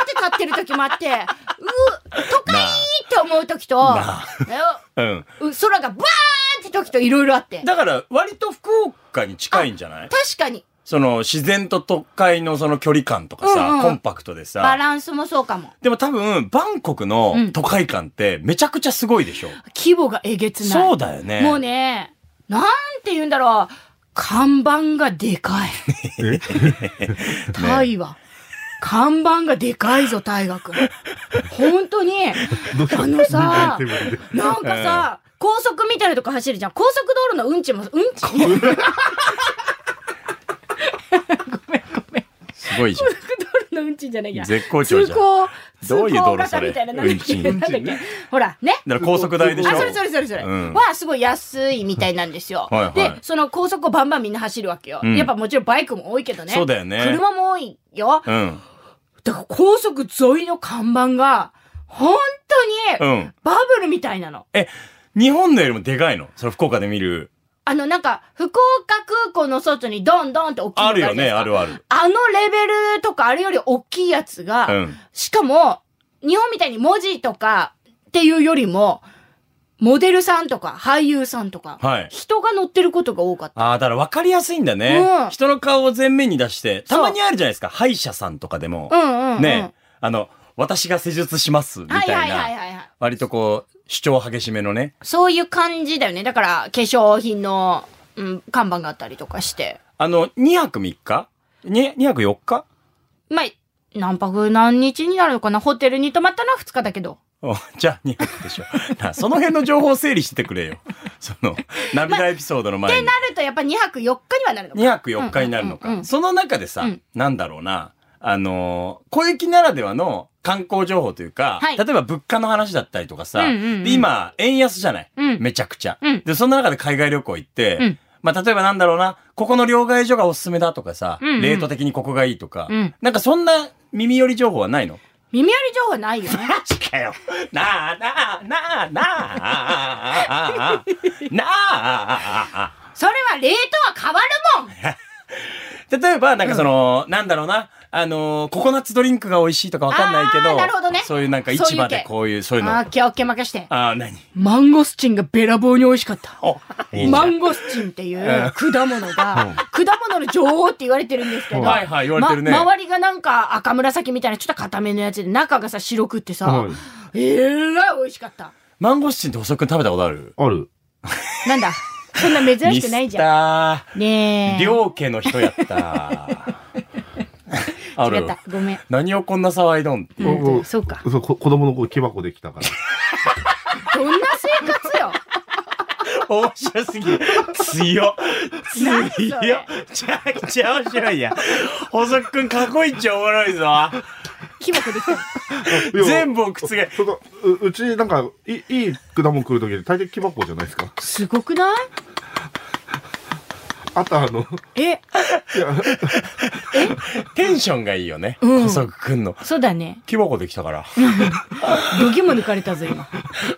[SPEAKER 3] て立ってる時もあって、うー都会
[SPEAKER 2] な
[SPEAKER 3] って思う時と、
[SPEAKER 2] なああ。うん。
[SPEAKER 3] う空がバーンって時といろいろあって。
[SPEAKER 2] だから、割と福岡に近いんじゃない
[SPEAKER 3] 確かに、
[SPEAKER 2] その、自然と都会のその距離感とか
[SPEAKER 3] うんうん
[SPEAKER 2] さ、コンパクトで
[SPEAKER 3] バ
[SPEAKER 2] さ。
[SPEAKER 3] ランスもそうかも。
[SPEAKER 2] でも多分、バンコクの
[SPEAKER 3] うん
[SPEAKER 2] 都会感ってめちゃくちゃすごいでしょ。
[SPEAKER 3] 規模がえげつない。
[SPEAKER 2] そうだよね。
[SPEAKER 3] もうね、なんて言うんだろう。看板がでかい。タイは。看板がでかいぞ、大河君。本当に。
[SPEAKER 4] どうした
[SPEAKER 3] あのさ
[SPEAKER 4] テーブルで
[SPEAKER 3] なんかさ、高速みたいなとこ走るじゃん。高速道路のうんちも、うんちも、
[SPEAKER 2] すごいじゃん。
[SPEAKER 3] 道路のうんちじゃないや。
[SPEAKER 2] 絶好調じゃん
[SPEAKER 3] 通行、
[SPEAKER 2] どういう
[SPEAKER 3] 通
[SPEAKER 2] 道路そ
[SPEAKER 3] 行型
[SPEAKER 2] れ
[SPEAKER 3] みたいな、なんだっ
[SPEAKER 2] う
[SPEAKER 3] け、
[SPEAKER 2] んち
[SPEAKER 3] なんだっけ。ほら、ね。
[SPEAKER 2] だから高速代でしょ
[SPEAKER 3] あ、それそれそれそれ。
[SPEAKER 2] うん
[SPEAKER 3] は、すごい安いみたいなんですよ。
[SPEAKER 2] はいはい
[SPEAKER 3] で、その高速をバンバンみんな走るわけよ。
[SPEAKER 2] うん
[SPEAKER 3] やっぱもちろんバイクも多いけどね。
[SPEAKER 2] そうだよね
[SPEAKER 3] 車も多いよ。
[SPEAKER 2] うん。
[SPEAKER 3] だから高速沿いの看板が、本当
[SPEAKER 2] う
[SPEAKER 3] に、
[SPEAKER 2] ん。
[SPEAKER 3] バブルみたいなの。
[SPEAKER 2] え、日本のよりもでかいのそれ福岡で見る。
[SPEAKER 3] あの、なんか、福岡空港の外にドンドンって大きいのが
[SPEAKER 2] ある
[SPEAKER 3] じゃな
[SPEAKER 2] よ
[SPEAKER 3] いです
[SPEAKER 2] ね、
[SPEAKER 3] か
[SPEAKER 2] あるある。
[SPEAKER 3] あのレベルとか、あれより大きいやつが、
[SPEAKER 2] うん
[SPEAKER 3] しかも、日本みたいに文字とかっていうよりも、モデルさんとか俳優さんとか、
[SPEAKER 2] はい
[SPEAKER 3] 人が乗ってることが多かった。
[SPEAKER 2] ああ、だから分かりやすいんだね。
[SPEAKER 3] うん
[SPEAKER 2] 人の顔を前面に出して、
[SPEAKER 3] そう
[SPEAKER 2] たまにあるじゃないですか。歯医者さんとかでも。
[SPEAKER 3] うんうんうん。
[SPEAKER 2] ねあの、私が施術します、みた
[SPEAKER 3] はい
[SPEAKER 2] いな。
[SPEAKER 3] はいはいはいはい。
[SPEAKER 2] 割とこう、主張激しめのね。
[SPEAKER 3] そういう感じだよね。だから、化粧品の、うん、看板があったりとかして。
[SPEAKER 2] あの、2泊3日に ?2 泊4日
[SPEAKER 3] まあ、何泊何日になるのかなホテルに泊まったのは2日だけど。
[SPEAKER 2] おじゃあ2泊でしょ。 *laughs* なあその辺の情報を整理しててくれよ。その、涙エピソードの前に。
[SPEAKER 3] なるとやっぱ2泊4日にはなるのか。
[SPEAKER 2] 2泊4日になるの
[SPEAKER 3] うんうんうんう
[SPEAKER 2] か。
[SPEAKER 3] ん
[SPEAKER 2] その中でさ
[SPEAKER 3] うん、
[SPEAKER 2] なんだろうな、あのー、小雪ならではの観光情報というか
[SPEAKER 3] はい、
[SPEAKER 2] 例えば物価の話だったりとかさ
[SPEAKER 3] うんうんう、ん
[SPEAKER 2] で今、円安じゃない
[SPEAKER 3] うん
[SPEAKER 2] めちゃくちゃ
[SPEAKER 3] うん。
[SPEAKER 2] で、そんな中で海外旅行行っ
[SPEAKER 3] う
[SPEAKER 2] て
[SPEAKER 3] ん、
[SPEAKER 2] まあ、例えばなんだろうな、ここの両替所がおすすめだとかさ、
[SPEAKER 3] うんうん
[SPEAKER 2] レート的にここがいいとか
[SPEAKER 3] うん、
[SPEAKER 2] なんかそんな耳寄り情報はないの
[SPEAKER 3] 耳寄り情報ないよ
[SPEAKER 6] *laughs*
[SPEAKER 3] ね。
[SPEAKER 2] マジかよ。なあなあなあなあなあ
[SPEAKER 3] それはレートは変わるも
[SPEAKER 2] *laughs*
[SPEAKER 3] ん
[SPEAKER 2] 例えば、なんかその、なんだろうな、あのーココナッツドリンクが美味しいとかわかんないけ
[SPEAKER 3] あ
[SPEAKER 2] ど、
[SPEAKER 3] ーなるほどね
[SPEAKER 2] そういうなんか
[SPEAKER 3] そういう
[SPEAKER 2] 市場で
[SPEAKER 3] 系
[SPEAKER 2] こういう、そういうの。
[SPEAKER 3] あ
[SPEAKER 2] あ
[SPEAKER 3] ー、気をけまかして。
[SPEAKER 2] あー、何
[SPEAKER 3] マンゴスチンがべらぼうに美味しかった。
[SPEAKER 2] お、いいじゃ
[SPEAKER 3] マ
[SPEAKER 2] ん。
[SPEAKER 3] ンゴスチンっていう果物が、果物の女王って言われてるんですけど、
[SPEAKER 2] はいはい言われてるね
[SPEAKER 3] ま周りがなんか赤紫みたいなちょっと固めのやつで、中がさ、白くってさ
[SPEAKER 4] はい、
[SPEAKER 3] えらい美味しかった。
[SPEAKER 2] マンゴスチンって細くん食べたことある
[SPEAKER 4] ある。
[SPEAKER 3] なんだそんな珍しくないじゃ
[SPEAKER 2] ゃ
[SPEAKER 3] ん。ねえ。
[SPEAKER 2] 両家の人や
[SPEAKER 3] *laughs*
[SPEAKER 2] った。あ
[SPEAKER 3] 違っ
[SPEAKER 2] る。
[SPEAKER 3] た。ごめん。
[SPEAKER 2] 何をこんな騒いどんって。
[SPEAKER 3] うん
[SPEAKER 4] おお
[SPEAKER 3] そうか。
[SPEAKER 4] そうこ子供の子木箱できた
[SPEAKER 3] *laughs*
[SPEAKER 4] から。
[SPEAKER 3] どんな生活よ。
[SPEAKER 2] 面白すぎる。強。強
[SPEAKER 3] 何それ。
[SPEAKER 2] めちゃくちゃ面白いやん。細くん過去一おもろいぞ。
[SPEAKER 6] 木箱できたの。
[SPEAKER 2] 全部を覆
[SPEAKER 4] ちょっとううちなんかいいいい果物食う時に大抵木箱じゃないですか
[SPEAKER 6] すごくない
[SPEAKER 4] あとあの
[SPEAKER 6] え、
[SPEAKER 4] いや
[SPEAKER 2] テンションがいいよね。
[SPEAKER 6] うん
[SPEAKER 2] 小作くんの。
[SPEAKER 6] そうだね。
[SPEAKER 2] 木箱できたから。
[SPEAKER 6] ドギも抜かれたぞ、 *laughs* 今。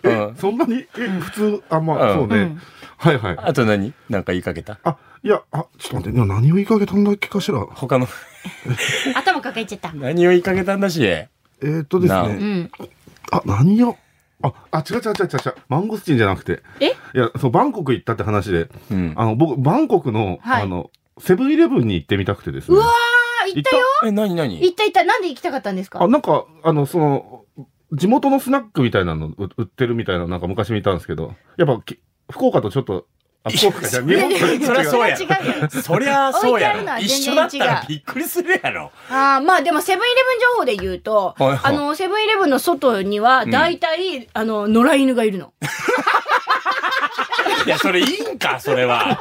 [SPEAKER 2] うん。
[SPEAKER 4] そんなにえ普通あまあ、
[SPEAKER 2] うん
[SPEAKER 4] そうね、
[SPEAKER 6] うん
[SPEAKER 4] はいはい
[SPEAKER 2] あと何なんか言いかけた
[SPEAKER 4] あいやあちょっと待っていや何を言いかけたんだっけかしら
[SPEAKER 2] 他の、 *laughs*
[SPEAKER 6] 頭抱えちゃった。
[SPEAKER 2] 何を言いかけたんだし。
[SPEAKER 4] えー、っとです
[SPEAKER 2] なあ
[SPEAKER 6] う
[SPEAKER 4] ね
[SPEAKER 6] ん。
[SPEAKER 4] あ何をああ違う違う違う違う違うマンゴスチンじゃなくて
[SPEAKER 6] え
[SPEAKER 4] いやそうバンコク行ったって話で
[SPEAKER 2] うん。
[SPEAKER 4] あの僕バンコクの、
[SPEAKER 6] はい
[SPEAKER 4] あのセブンイレブンに行ってみたくてですね
[SPEAKER 6] うわー、行ったよ
[SPEAKER 2] え、何何
[SPEAKER 6] 行った行った。なんで行きたかったんです
[SPEAKER 4] あ
[SPEAKER 6] か
[SPEAKER 4] なんかあのその地元のスナックみたいなのう売ってるみたいななんか昔見たんですけどやっぱき福岡とちょっとあ福岡じゃ日本と
[SPEAKER 2] そりゃそうや
[SPEAKER 6] 違うよ。
[SPEAKER 2] そりゃそうや
[SPEAKER 6] 置いてあるの
[SPEAKER 2] ろ。
[SPEAKER 6] は
[SPEAKER 2] 一緒
[SPEAKER 6] 全然
[SPEAKER 2] だったら
[SPEAKER 6] 違う
[SPEAKER 2] びっくりするやろ。
[SPEAKER 6] あーまあでもセブンイレブン情報で言うと、
[SPEAKER 2] はいはい
[SPEAKER 6] あの、セブンイレブンの外には、だいたい、あの、野良犬がいるの。
[SPEAKER 2] いや、それいいんか、それは。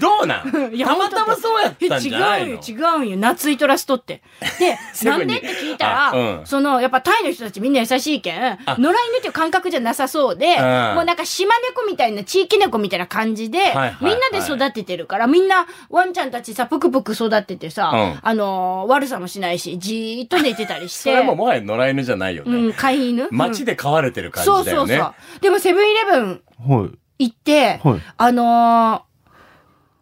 [SPEAKER 2] どうなん
[SPEAKER 6] いや
[SPEAKER 2] たまたまそうやったんじゃないの
[SPEAKER 6] え違うよ、違うよ。夏イトラストって。で、
[SPEAKER 2] *laughs* す
[SPEAKER 6] な
[SPEAKER 2] ぐ
[SPEAKER 6] ん
[SPEAKER 2] に
[SPEAKER 6] でって聞いたら、
[SPEAKER 2] あうん
[SPEAKER 6] その、やっぱタイの人たちみんな優しいけん、野良犬っていう感覚じゃなさそうで、
[SPEAKER 2] うん
[SPEAKER 6] もうなんか島猫みたいな、地域猫みたいな感じで、
[SPEAKER 2] はいはい
[SPEAKER 6] みんなで育ててるから、みんなワンちゃんたちさ、ぷくぷく育ててさ、
[SPEAKER 2] うん
[SPEAKER 6] あのー悪さもしないし、じーっと寝てたりし
[SPEAKER 2] *laughs* そ
[SPEAKER 6] て、
[SPEAKER 2] れはもうもはや野良犬じゃないよ
[SPEAKER 6] う
[SPEAKER 2] ね。
[SPEAKER 6] ん、飼い犬。
[SPEAKER 2] 街
[SPEAKER 6] で
[SPEAKER 2] で飼われてる感
[SPEAKER 6] そう
[SPEAKER 2] じだ
[SPEAKER 6] そ
[SPEAKER 2] よ
[SPEAKER 6] う
[SPEAKER 2] ね。
[SPEAKER 6] そう。でもセブンイレブン
[SPEAKER 4] はい
[SPEAKER 6] 行って、
[SPEAKER 4] はい
[SPEAKER 6] あのー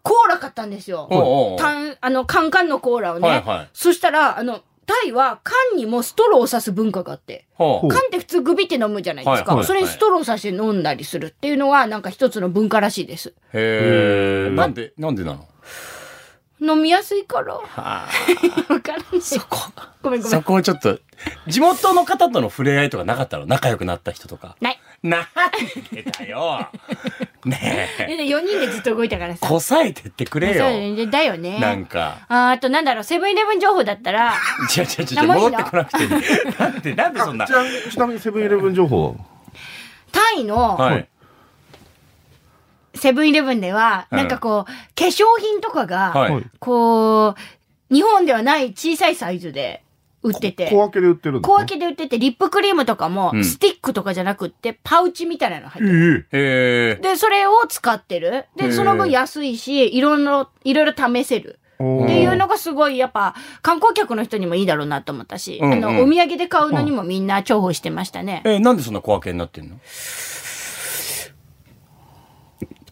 [SPEAKER 6] コーラ買ったんですよ。
[SPEAKER 2] おうおう
[SPEAKER 6] たんあの、カンカンのコーラをね。
[SPEAKER 2] はいはい
[SPEAKER 6] そしたら、あの、タイは缶にもストローを刺す文化があって。
[SPEAKER 2] ほう
[SPEAKER 4] ほう
[SPEAKER 6] 缶って普通グビって飲むじゃないで
[SPEAKER 2] は
[SPEAKER 6] すか。
[SPEAKER 2] いはいはい
[SPEAKER 6] それにストローさして飲んだりするっていうのはなんか一つの文化らしいです。
[SPEAKER 2] へえ。
[SPEAKER 4] うん
[SPEAKER 2] なんで、なんでなの
[SPEAKER 6] 飲みやすい
[SPEAKER 2] *laughs*
[SPEAKER 6] から。わ
[SPEAKER 2] はあ
[SPEAKER 6] からない。そこ。ごめんごめ
[SPEAKER 2] そ
[SPEAKER 6] ん。
[SPEAKER 2] こをちょっと、地元の方との触れ合いとかなかったの仲良くなった人とか。
[SPEAKER 6] ない。
[SPEAKER 2] なんでだ
[SPEAKER 6] *laughs*
[SPEAKER 2] よ。ねえ。
[SPEAKER 6] で、4人でずっと動いたからさ。
[SPEAKER 2] こさえてってくれよ。
[SPEAKER 6] そうだよね。
[SPEAKER 2] なんか。
[SPEAKER 6] あーあとなんだろう、セブンイレブン情報だったら、
[SPEAKER 2] 違う違う違う、
[SPEAKER 6] 生意気な
[SPEAKER 2] 戻ってこなくていい。なんで、なんでそんな
[SPEAKER 4] ち。なみにちなみにセブンイレブン情報
[SPEAKER 6] タイの、
[SPEAKER 2] はい。
[SPEAKER 6] セブンイレブンでは、
[SPEAKER 2] うん
[SPEAKER 6] なんかこう、化粧品とかが、
[SPEAKER 2] はい。
[SPEAKER 4] はい
[SPEAKER 6] こう、日本ではない小さいサイズで売ってて、
[SPEAKER 4] 小分けで売ってるんです
[SPEAKER 6] 小
[SPEAKER 4] か
[SPEAKER 6] 分けで売ってて、リップクリームとかも、
[SPEAKER 2] うん
[SPEAKER 6] スティックとかじゃなくって、パウチみたいなの入ってる。
[SPEAKER 2] へ
[SPEAKER 4] え
[SPEAKER 2] え。
[SPEAKER 6] で、それを使ってる。
[SPEAKER 2] へ
[SPEAKER 6] で、
[SPEAKER 2] ー
[SPEAKER 6] その分安いし、いろんな、いろいろ試せる。
[SPEAKER 4] え
[SPEAKER 6] っていうのがすごい、やっぱ、観光客の人にもいいだろうなと思ったし、
[SPEAKER 2] うんうん
[SPEAKER 6] あの、お土産で買うのにもみんな重宝してましたね。
[SPEAKER 2] え、なんでそんな小分けになってんの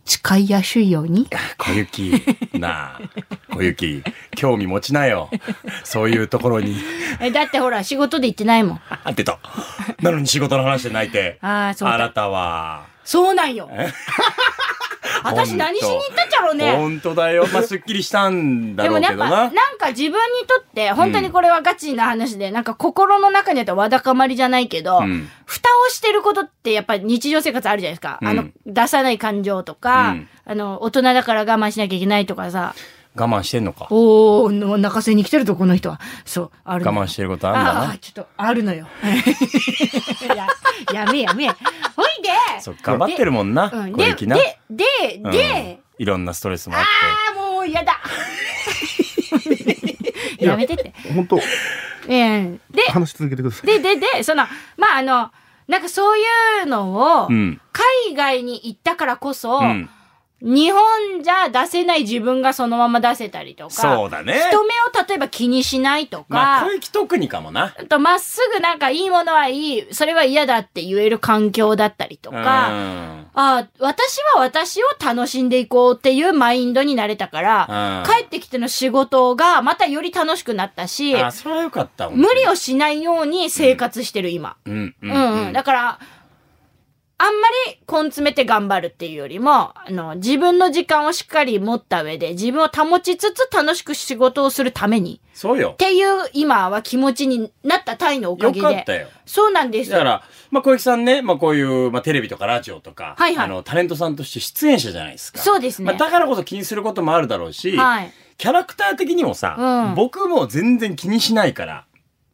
[SPEAKER 6] 使いやすいように。
[SPEAKER 2] 小雪、なあ、小雪、興味持ちなよ。そういうところに。
[SPEAKER 6] え、だってほら、仕事で行ってないもん。
[SPEAKER 2] あ、出た。なのに仕事の話で泣いて。
[SPEAKER 6] あーそうだ
[SPEAKER 2] あなたは。
[SPEAKER 6] そうなんよ。
[SPEAKER 2] *laughs*
[SPEAKER 6] 私
[SPEAKER 2] 本当
[SPEAKER 6] 何しに行ったっちゃろうね。
[SPEAKER 2] 本当だよ。まあ、すっきりしたんだ
[SPEAKER 6] で
[SPEAKER 2] ろ
[SPEAKER 6] も
[SPEAKER 2] う
[SPEAKER 6] や
[SPEAKER 2] け
[SPEAKER 6] っ
[SPEAKER 2] ど
[SPEAKER 6] ぱ、
[SPEAKER 2] な
[SPEAKER 6] な。んか自分にとって、本当にこれはガチな話で、なんか心の中にあったわだかまりじゃないけど、
[SPEAKER 2] うん
[SPEAKER 6] 蓋をしてることってやっぱり日常生活あるじゃないですか。
[SPEAKER 2] うん
[SPEAKER 6] あの、出さない感情とか、
[SPEAKER 2] うん
[SPEAKER 6] あの、大人だから我慢しなきゃいけないとかさ、
[SPEAKER 2] 我慢してんのか。
[SPEAKER 6] おー、お腹せに来てるとこの人は。そう、ある
[SPEAKER 2] 我
[SPEAKER 6] の
[SPEAKER 2] 慢してることあるんだ
[SPEAKER 6] ああ
[SPEAKER 2] な
[SPEAKER 6] ー、。ちょっと、あるのよ。や、やめえやめえ。ほいで、
[SPEAKER 2] そっか、頑張ってるもんな。
[SPEAKER 6] うん、
[SPEAKER 2] 小
[SPEAKER 6] で、
[SPEAKER 2] 雪な。
[SPEAKER 6] で、で、で、
[SPEAKER 2] うんいろんなストレスもあって。
[SPEAKER 6] ああ、もう嫌だ。やめてって。
[SPEAKER 4] 本当
[SPEAKER 6] うん。で、
[SPEAKER 4] 話し続けてください
[SPEAKER 6] で、で、で、その、まあ、あの、なんかそういうのを、
[SPEAKER 2] うん
[SPEAKER 6] 海外に行ったからこそ、
[SPEAKER 2] うん。
[SPEAKER 6] 日本じゃ出せない自分がそのまま出せたりとか、
[SPEAKER 2] そうだね。
[SPEAKER 6] 人目を例えば気にしないとか、
[SPEAKER 2] まあ、小雪特にかもな。
[SPEAKER 6] あとまっすぐなんかいいものはいい、それは嫌だって言える環境だったりとか、
[SPEAKER 2] うん
[SPEAKER 6] あ私は私を楽しんでいこうっていうマインドになれたから、
[SPEAKER 2] うん
[SPEAKER 6] 帰ってきての仕事がまたより楽しくなったし、
[SPEAKER 2] あ、それはよかった。
[SPEAKER 6] 無理をしないように生活してる今。
[SPEAKER 2] うん。う。
[SPEAKER 6] うんん、
[SPEAKER 2] う
[SPEAKER 6] うん
[SPEAKER 2] ん。
[SPEAKER 6] だから、あんまり根詰めて頑張るっていうよりも、あの、自分の時間をしっかり持った上で、自分を保ちつつ楽しく仕事をするために、
[SPEAKER 2] そうよ
[SPEAKER 6] っ。ていう今は気持ちになったタイのおか
[SPEAKER 2] よ
[SPEAKER 6] げで。
[SPEAKER 2] かったよ。
[SPEAKER 6] そうなんです
[SPEAKER 2] だか
[SPEAKER 6] よ。
[SPEAKER 2] ら、まあ、小雪さんね、まあ、こういう、まあ、テレビとかラジオとか、
[SPEAKER 6] はいはい
[SPEAKER 2] あの、タレントさんとして出演者じゃないですか。
[SPEAKER 6] そうですね
[SPEAKER 2] まあ、だからこそ気にすることもあるだろうし、
[SPEAKER 6] はい。
[SPEAKER 2] キャラクター的にもさ、
[SPEAKER 6] うん
[SPEAKER 2] 僕も全然気にしないから、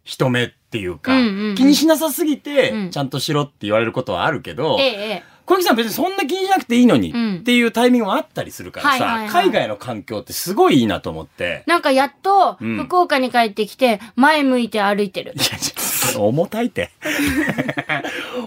[SPEAKER 2] 人目っていうか、
[SPEAKER 6] うんうんうん
[SPEAKER 2] 気にしなさすぎて、
[SPEAKER 6] うん
[SPEAKER 2] ちゃんとしろって言われることはあるけど、
[SPEAKER 6] ええ、ええ。
[SPEAKER 2] 小雪さん別にそんな気にしなくていいのに、
[SPEAKER 6] うん
[SPEAKER 2] っていうタイミングもあったりするからさ、
[SPEAKER 6] はいはいはい
[SPEAKER 2] 海外の環境ってすご
[SPEAKER 6] *laughs*
[SPEAKER 2] いいいなと思って、
[SPEAKER 6] なんかやっと、
[SPEAKER 2] うん
[SPEAKER 6] 福岡に帰ってきて、前向いて歩いてる。
[SPEAKER 2] いや、ちょ重たいて。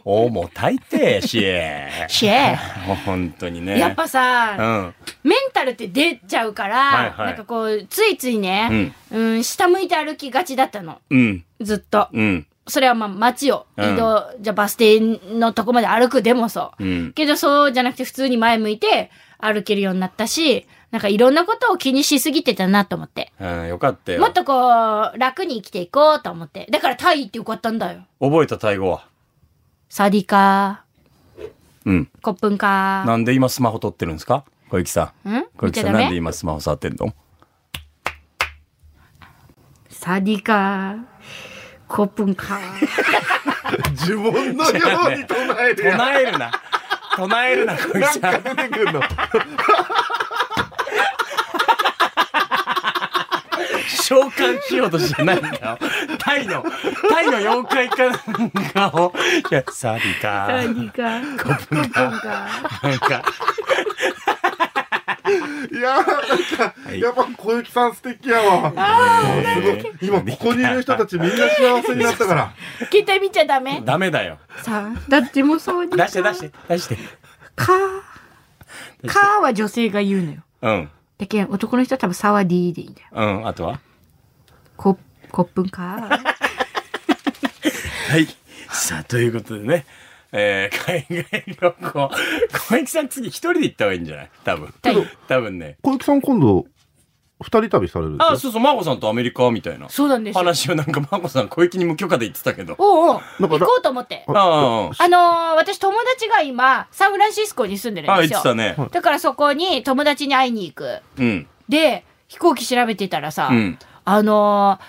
[SPEAKER 2] 重たいて、シエ。
[SPEAKER 6] シェ
[SPEAKER 2] *laughs* 本当にね。
[SPEAKER 6] やっぱ
[SPEAKER 2] う
[SPEAKER 6] さ、
[SPEAKER 2] ん。
[SPEAKER 6] メンタルって出ちゃうから、
[SPEAKER 2] はいはい
[SPEAKER 6] なんかこう、ついついね、うん、下向いて歩きがちだったの。
[SPEAKER 2] うん。
[SPEAKER 6] ずっと。
[SPEAKER 2] うん。
[SPEAKER 6] それはまあ街を、
[SPEAKER 2] うん
[SPEAKER 6] 移動、じゃあバス停のとこまで歩くでもそう。
[SPEAKER 2] うん
[SPEAKER 6] けどそうじゃなくて普通に前向いて歩けるようになったし、なんかいろんなことを気にしすぎてたなと思って。
[SPEAKER 2] うん。よかったよ。
[SPEAKER 6] もっとこう、楽に生きていこうと思って。だからタイ行ってよかったんだよ。 *laughs*
[SPEAKER 2] 覚えたタイ語は。
[SPEAKER 6] サディカ
[SPEAKER 2] うん。
[SPEAKER 6] ー、コップンカ
[SPEAKER 2] なんで今スマホ撮ってるんですか小雪さん。
[SPEAKER 6] ー。ん
[SPEAKER 2] 小
[SPEAKER 6] 見
[SPEAKER 2] 雪
[SPEAKER 6] ちゃ
[SPEAKER 2] さ
[SPEAKER 6] ダ
[SPEAKER 2] ん、なんで
[SPEAKER 6] メ
[SPEAKER 2] 今スマホ触ってんの
[SPEAKER 6] サディカー、コップンカー。
[SPEAKER 4] 自分のように唱えるやん。
[SPEAKER 2] 唱えるな。唱えるな、小雪
[SPEAKER 4] なん
[SPEAKER 2] さ
[SPEAKER 4] か
[SPEAKER 2] ん。
[SPEAKER 4] 出てくるの。
[SPEAKER 2] *laughs* 召喚しようとしてないんだよ。タイの、タイの妖怪かなんかを。いや、サビか。
[SPEAKER 3] サディカー、コップンカ
[SPEAKER 2] なんか、
[SPEAKER 4] いやーなんか、
[SPEAKER 2] い
[SPEAKER 4] やっぱ小雪さん素敵やわ。すごい。今ここにいる人たちみんな幸せになったから。
[SPEAKER 6] 携帯見ちゃダメ
[SPEAKER 2] ダメだよ。
[SPEAKER 3] ー。さあ、だってもうそう
[SPEAKER 2] 出して出して、出して。
[SPEAKER 3] カー。カーは女性が言うのよ。
[SPEAKER 2] うん。
[SPEAKER 3] だけど男の人は多分サワディーでいいんだよ。
[SPEAKER 2] うん、あとは
[SPEAKER 3] コップ、コップンカー。
[SPEAKER 2] はい。さあ、ということでね。えー、海外旅行。小池さん次一人で行った方がいいんじゃない多分。多分ね。
[SPEAKER 4] *laughs* 小雪さん今度、二人旅されるんで
[SPEAKER 2] あ、
[SPEAKER 4] す
[SPEAKER 2] そうそう、真子さんとアメリカみたいな。
[SPEAKER 6] そうなんですよ。
[SPEAKER 2] 話をなんか真子さん小雪に無許可で言ってたけど。
[SPEAKER 6] おうおう
[SPEAKER 4] な
[SPEAKER 6] 行
[SPEAKER 4] んか
[SPEAKER 6] こ
[SPEAKER 4] だ
[SPEAKER 6] うと思って。
[SPEAKER 2] あ
[SPEAKER 6] あのー私友達が今、サンフランシスコに住んで
[SPEAKER 2] あ、
[SPEAKER 6] るん
[SPEAKER 2] あ、
[SPEAKER 6] で
[SPEAKER 2] 言っ
[SPEAKER 6] す
[SPEAKER 2] て
[SPEAKER 6] よ。
[SPEAKER 2] たね。
[SPEAKER 6] だからそこに友達に会いに行く。
[SPEAKER 2] うん。
[SPEAKER 6] で、飛行機調べてたらさ、
[SPEAKER 2] うん。
[SPEAKER 6] あのー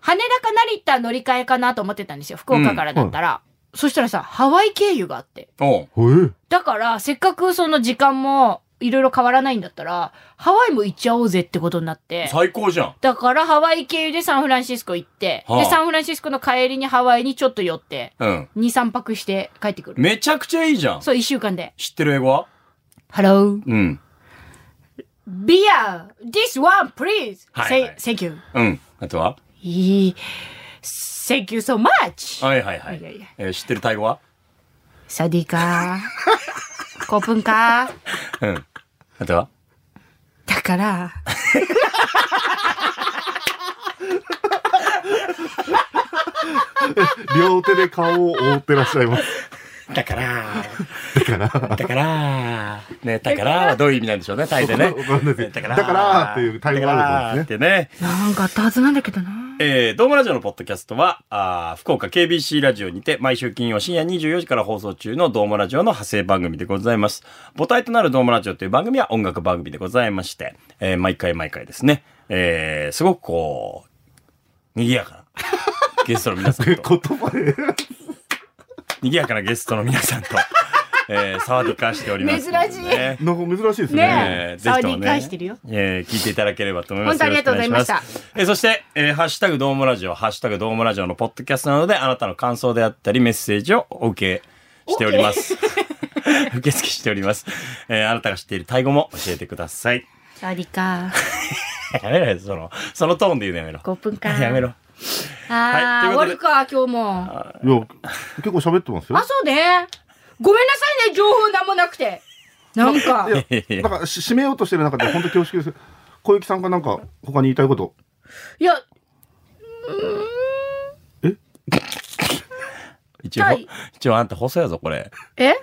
[SPEAKER 6] 羽田か成田乗り換えかなと思ってたんですよ。福岡からだったら。そしたらさ、ハワイ経由があって。
[SPEAKER 2] おう。
[SPEAKER 4] ええ
[SPEAKER 6] だから、せっかくその時間もいろいろ変わらないんだったら、ハワイも行っちゃおうぜってことになって。
[SPEAKER 2] 最高じゃん。
[SPEAKER 6] だから、ハワイ経由でサンフランシスコ行って、
[SPEAKER 2] はあ
[SPEAKER 6] で、サンフランシスコの帰りにハワイにちょっと寄って、
[SPEAKER 2] うん。
[SPEAKER 6] 2、3泊して帰ってくる。
[SPEAKER 2] めちゃくちゃいいじゃん。
[SPEAKER 6] そう、1週間で。
[SPEAKER 2] 知ってる英語は
[SPEAKER 6] Hello,
[SPEAKER 2] うん。
[SPEAKER 6] beer, this one, please.
[SPEAKER 2] はいはい
[SPEAKER 6] Say, thank you.
[SPEAKER 2] うん。あとはい
[SPEAKER 6] い Thank you so much.
[SPEAKER 2] はいはいはい。
[SPEAKER 6] いやいや
[SPEAKER 2] えー知ってるタイ語は
[SPEAKER 6] サディカ *laughs* ー。コップンカー。
[SPEAKER 2] うん。あとは
[SPEAKER 6] だから。
[SPEAKER 4] 両手で顔を覆ってらっしゃいます。
[SPEAKER 2] だから、
[SPEAKER 4] だか
[SPEAKER 2] だ
[SPEAKER 4] ら、
[SPEAKER 2] から、ね、だからはどういう意味なんでしょうね、タイでね
[SPEAKER 4] わかんない *laughs* です。
[SPEAKER 2] だか、
[SPEAKER 4] だかららだからっていうタイ語あるん
[SPEAKER 2] っ
[SPEAKER 4] で
[SPEAKER 2] てね。
[SPEAKER 3] なんかあったはずなんだけどな。
[SPEAKER 2] えー、ドームラジオのポッドキャストは、あー福岡 KBC ラジオにて、毎週金曜深夜24時から放送中のドームラジオの派生番組でございます。母体となるドームラジオという番組は音楽番組でございまして、えー、毎回毎回ですね、えー、すごくこう、賑やかな、ゲストの皆さんと、
[SPEAKER 4] *laughs* 言葉で。
[SPEAKER 2] 賑やかなゲストの皆
[SPEAKER 6] *laughs*
[SPEAKER 2] さんと、えー、騒ぎ交わしておりますのでね、
[SPEAKER 6] 珍しい
[SPEAKER 4] なんか珍しいですね。
[SPEAKER 2] えーぜひとも
[SPEAKER 6] 騒ぎ
[SPEAKER 2] ね
[SPEAKER 6] 返してるよ、
[SPEAKER 2] えー聞いていただければと思います。
[SPEAKER 6] 本当ありがとうございました
[SPEAKER 2] よろくお願します。えーそして、えーハッシュタグドームラジオ、ハッシュタグドームラジオのポッドキャストなどで、あなたの感想であったり、メッセージをお受けしております。 *laughs* 受付しております。えーあなたが知っているタイ語も教えてください。 *laughs*
[SPEAKER 6] サディカー。
[SPEAKER 2] やめろよ、その、そのトーンで言うのやめろ。
[SPEAKER 6] コップンカー。
[SPEAKER 2] やめろ。
[SPEAKER 6] あ
[SPEAKER 2] はいとい
[SPEAKER 6] ー、
[SPEAKER 2] う
[SPEAKER 6] 終
[SPEAKER 2] こ
[SPEAKER 6] わ
[SPEAKER 2] とで
[SPEAKER 6] るか、今日
[SPEAKER 4] い
[SPEAKER 6] も。
[SPEAKER 4] や、結構喋ってますよ
[SPEAKER 6] あ、。そうね。ごめんなさいね、情報なんもなくて。なんか
[SPEAKER 4] い。や、なんかし締めようとしてる中で本当恐縮です。小雪さんがなんか他に言いたいこと。
[SPEAKER 6] いや、
[SPEAKER 2] 一応
[SPEAKER 6] タイ、
[SPEAKER 2] 一応あんた細やぞ、これ。
[SPEAKER 6] え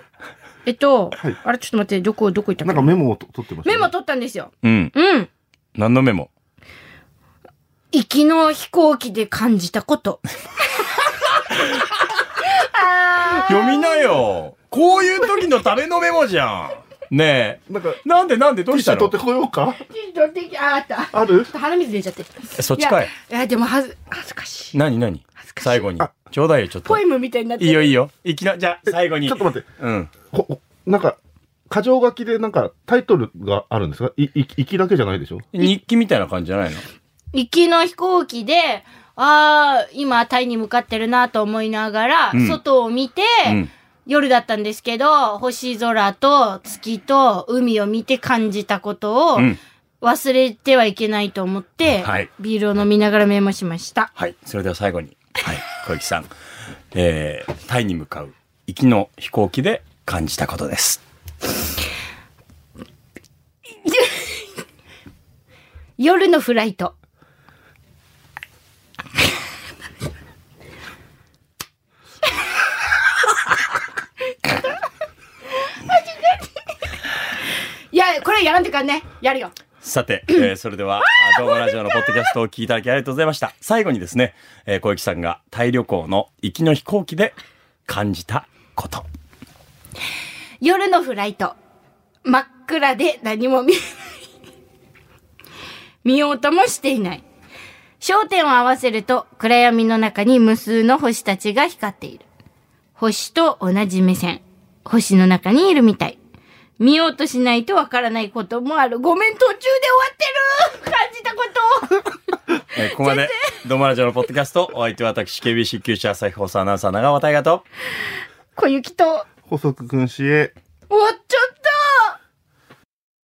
[SPEAKER 6] えっと、
[SPEAKER 4] はい
[SPEAKER 6] あれ、ちょっと待って、どこ、どこ行った
[SPEAKER 4] な
[SPEAKER 6] か
[SPEAKER 4] んかメモをと取ってました
[SPEAKER 6] メ
[SPEAKER 4] ね、
[SPEAKER 6] モ取ったんですよ。
[SPEAKER 2] うん。
[SPEAKER 6] うん。
[SPEAKER 2] 何のメモ
[SPEAKER 6] 行きの飛行機で感じたこと。
[SPEAKER 2] 読みなよ。こういう時のためのメモじゃん。ねえ。
[SPEAKER 4] なんか、
[SPEAKER 2] なんでなんでど
[SPEAKER 4] ティ
[SPEAKER 2] う
[SPEAKER 4] ッ
[SPEAKER 2] し
[SPEAKER 4] シ
[SPEAKER 2] た
[SPEAKER 4] ュ取
[SPEAKER 2] の
[SPEAKER 4] ってこようか
[SPEAKER 6] 取ってきああった。ちょ
[SPEAKER 4] ある
[SPEAKER 6] っと鼻水出ちゃって。
[SPEAKER 2] えそっちかい。
[SPEAKER 6] や。やでも、はず、恥ずかしい。
[SPEAKER 2] 何何
[SPEAKER 6] かしい
[SPEAKER 2] 最後に。ちょうだいよ、ちょっと
[SPEAKER 6] ポ。エムみたいになって
[SPEAKER 2] いいよいいよ。いきな、じゃあ、最後に。
[SPEAKER 4] ちょっと待って。
[SPEAKER 2] うん。
[SPEAKER 4] こなんか、箇条書きでなんかタイトルがあるんですかい、い、行きだけじゃないでしょ
[SPEAKER 2] 日記みたいな感じじゃないの
[SPEAKER 6] 行きの飛行機で、ああ、今、タイに向かってるなと思いながら、
[SPEAKER 2] うん
[SPEAKER 6] 外を見て、
[SPEAKER 2] うん。
[SPEAKER 6] 夜だったんですけど、星空と月と海を見て感じたこと
[SPEAKER 2] う
[SPEAKER 6] を
[SPEAKER 2] ん。
[SPEAKER 6] 忘れてはいけないと思って、
[SPEAKER 2] はい
[SPEAKER 6] ビールを飲みながらメモしました。
[SPEAKER 2] はい。それでは最後に。はい。小雪さん、えー、タイに向かう行きの飛行機で感じたことです。
[SPEAKER 6] 夜のフライト。 *laughs* いや、これやらんといかんね。やるよ。
[SPEAKER 2] さて、えー
[SPEAKER 4] *coughs*
[SPEAKER 2] それでは、あどうもラジオのポッドキャストを聞いていただきありがとうございました。最後にですね、えー小雪さんがタイ旅行の行きの飛行機で感じたこと。
[SPEAKER 6] 夜のフライト。真っ暗で何も見えない。見ようともしていない。焦点を合わせると暗闇の中に無数の星たちが光っている。星と同じ目線。星の中にいるみたい。見ようとしないとわからないこともある。ごめん、途中で終わってる感じたこと
[SPEAKER 2] えーここまで、どうもラジオのポッドキャスト、お相手は私、KBC 九州朝日放送アナウンサー長尾大河と、
[SPEAKER 6] 小雪と
[SPEAKER 4] 細く君しへ。
[SPEAKER 6] 終わっちゃった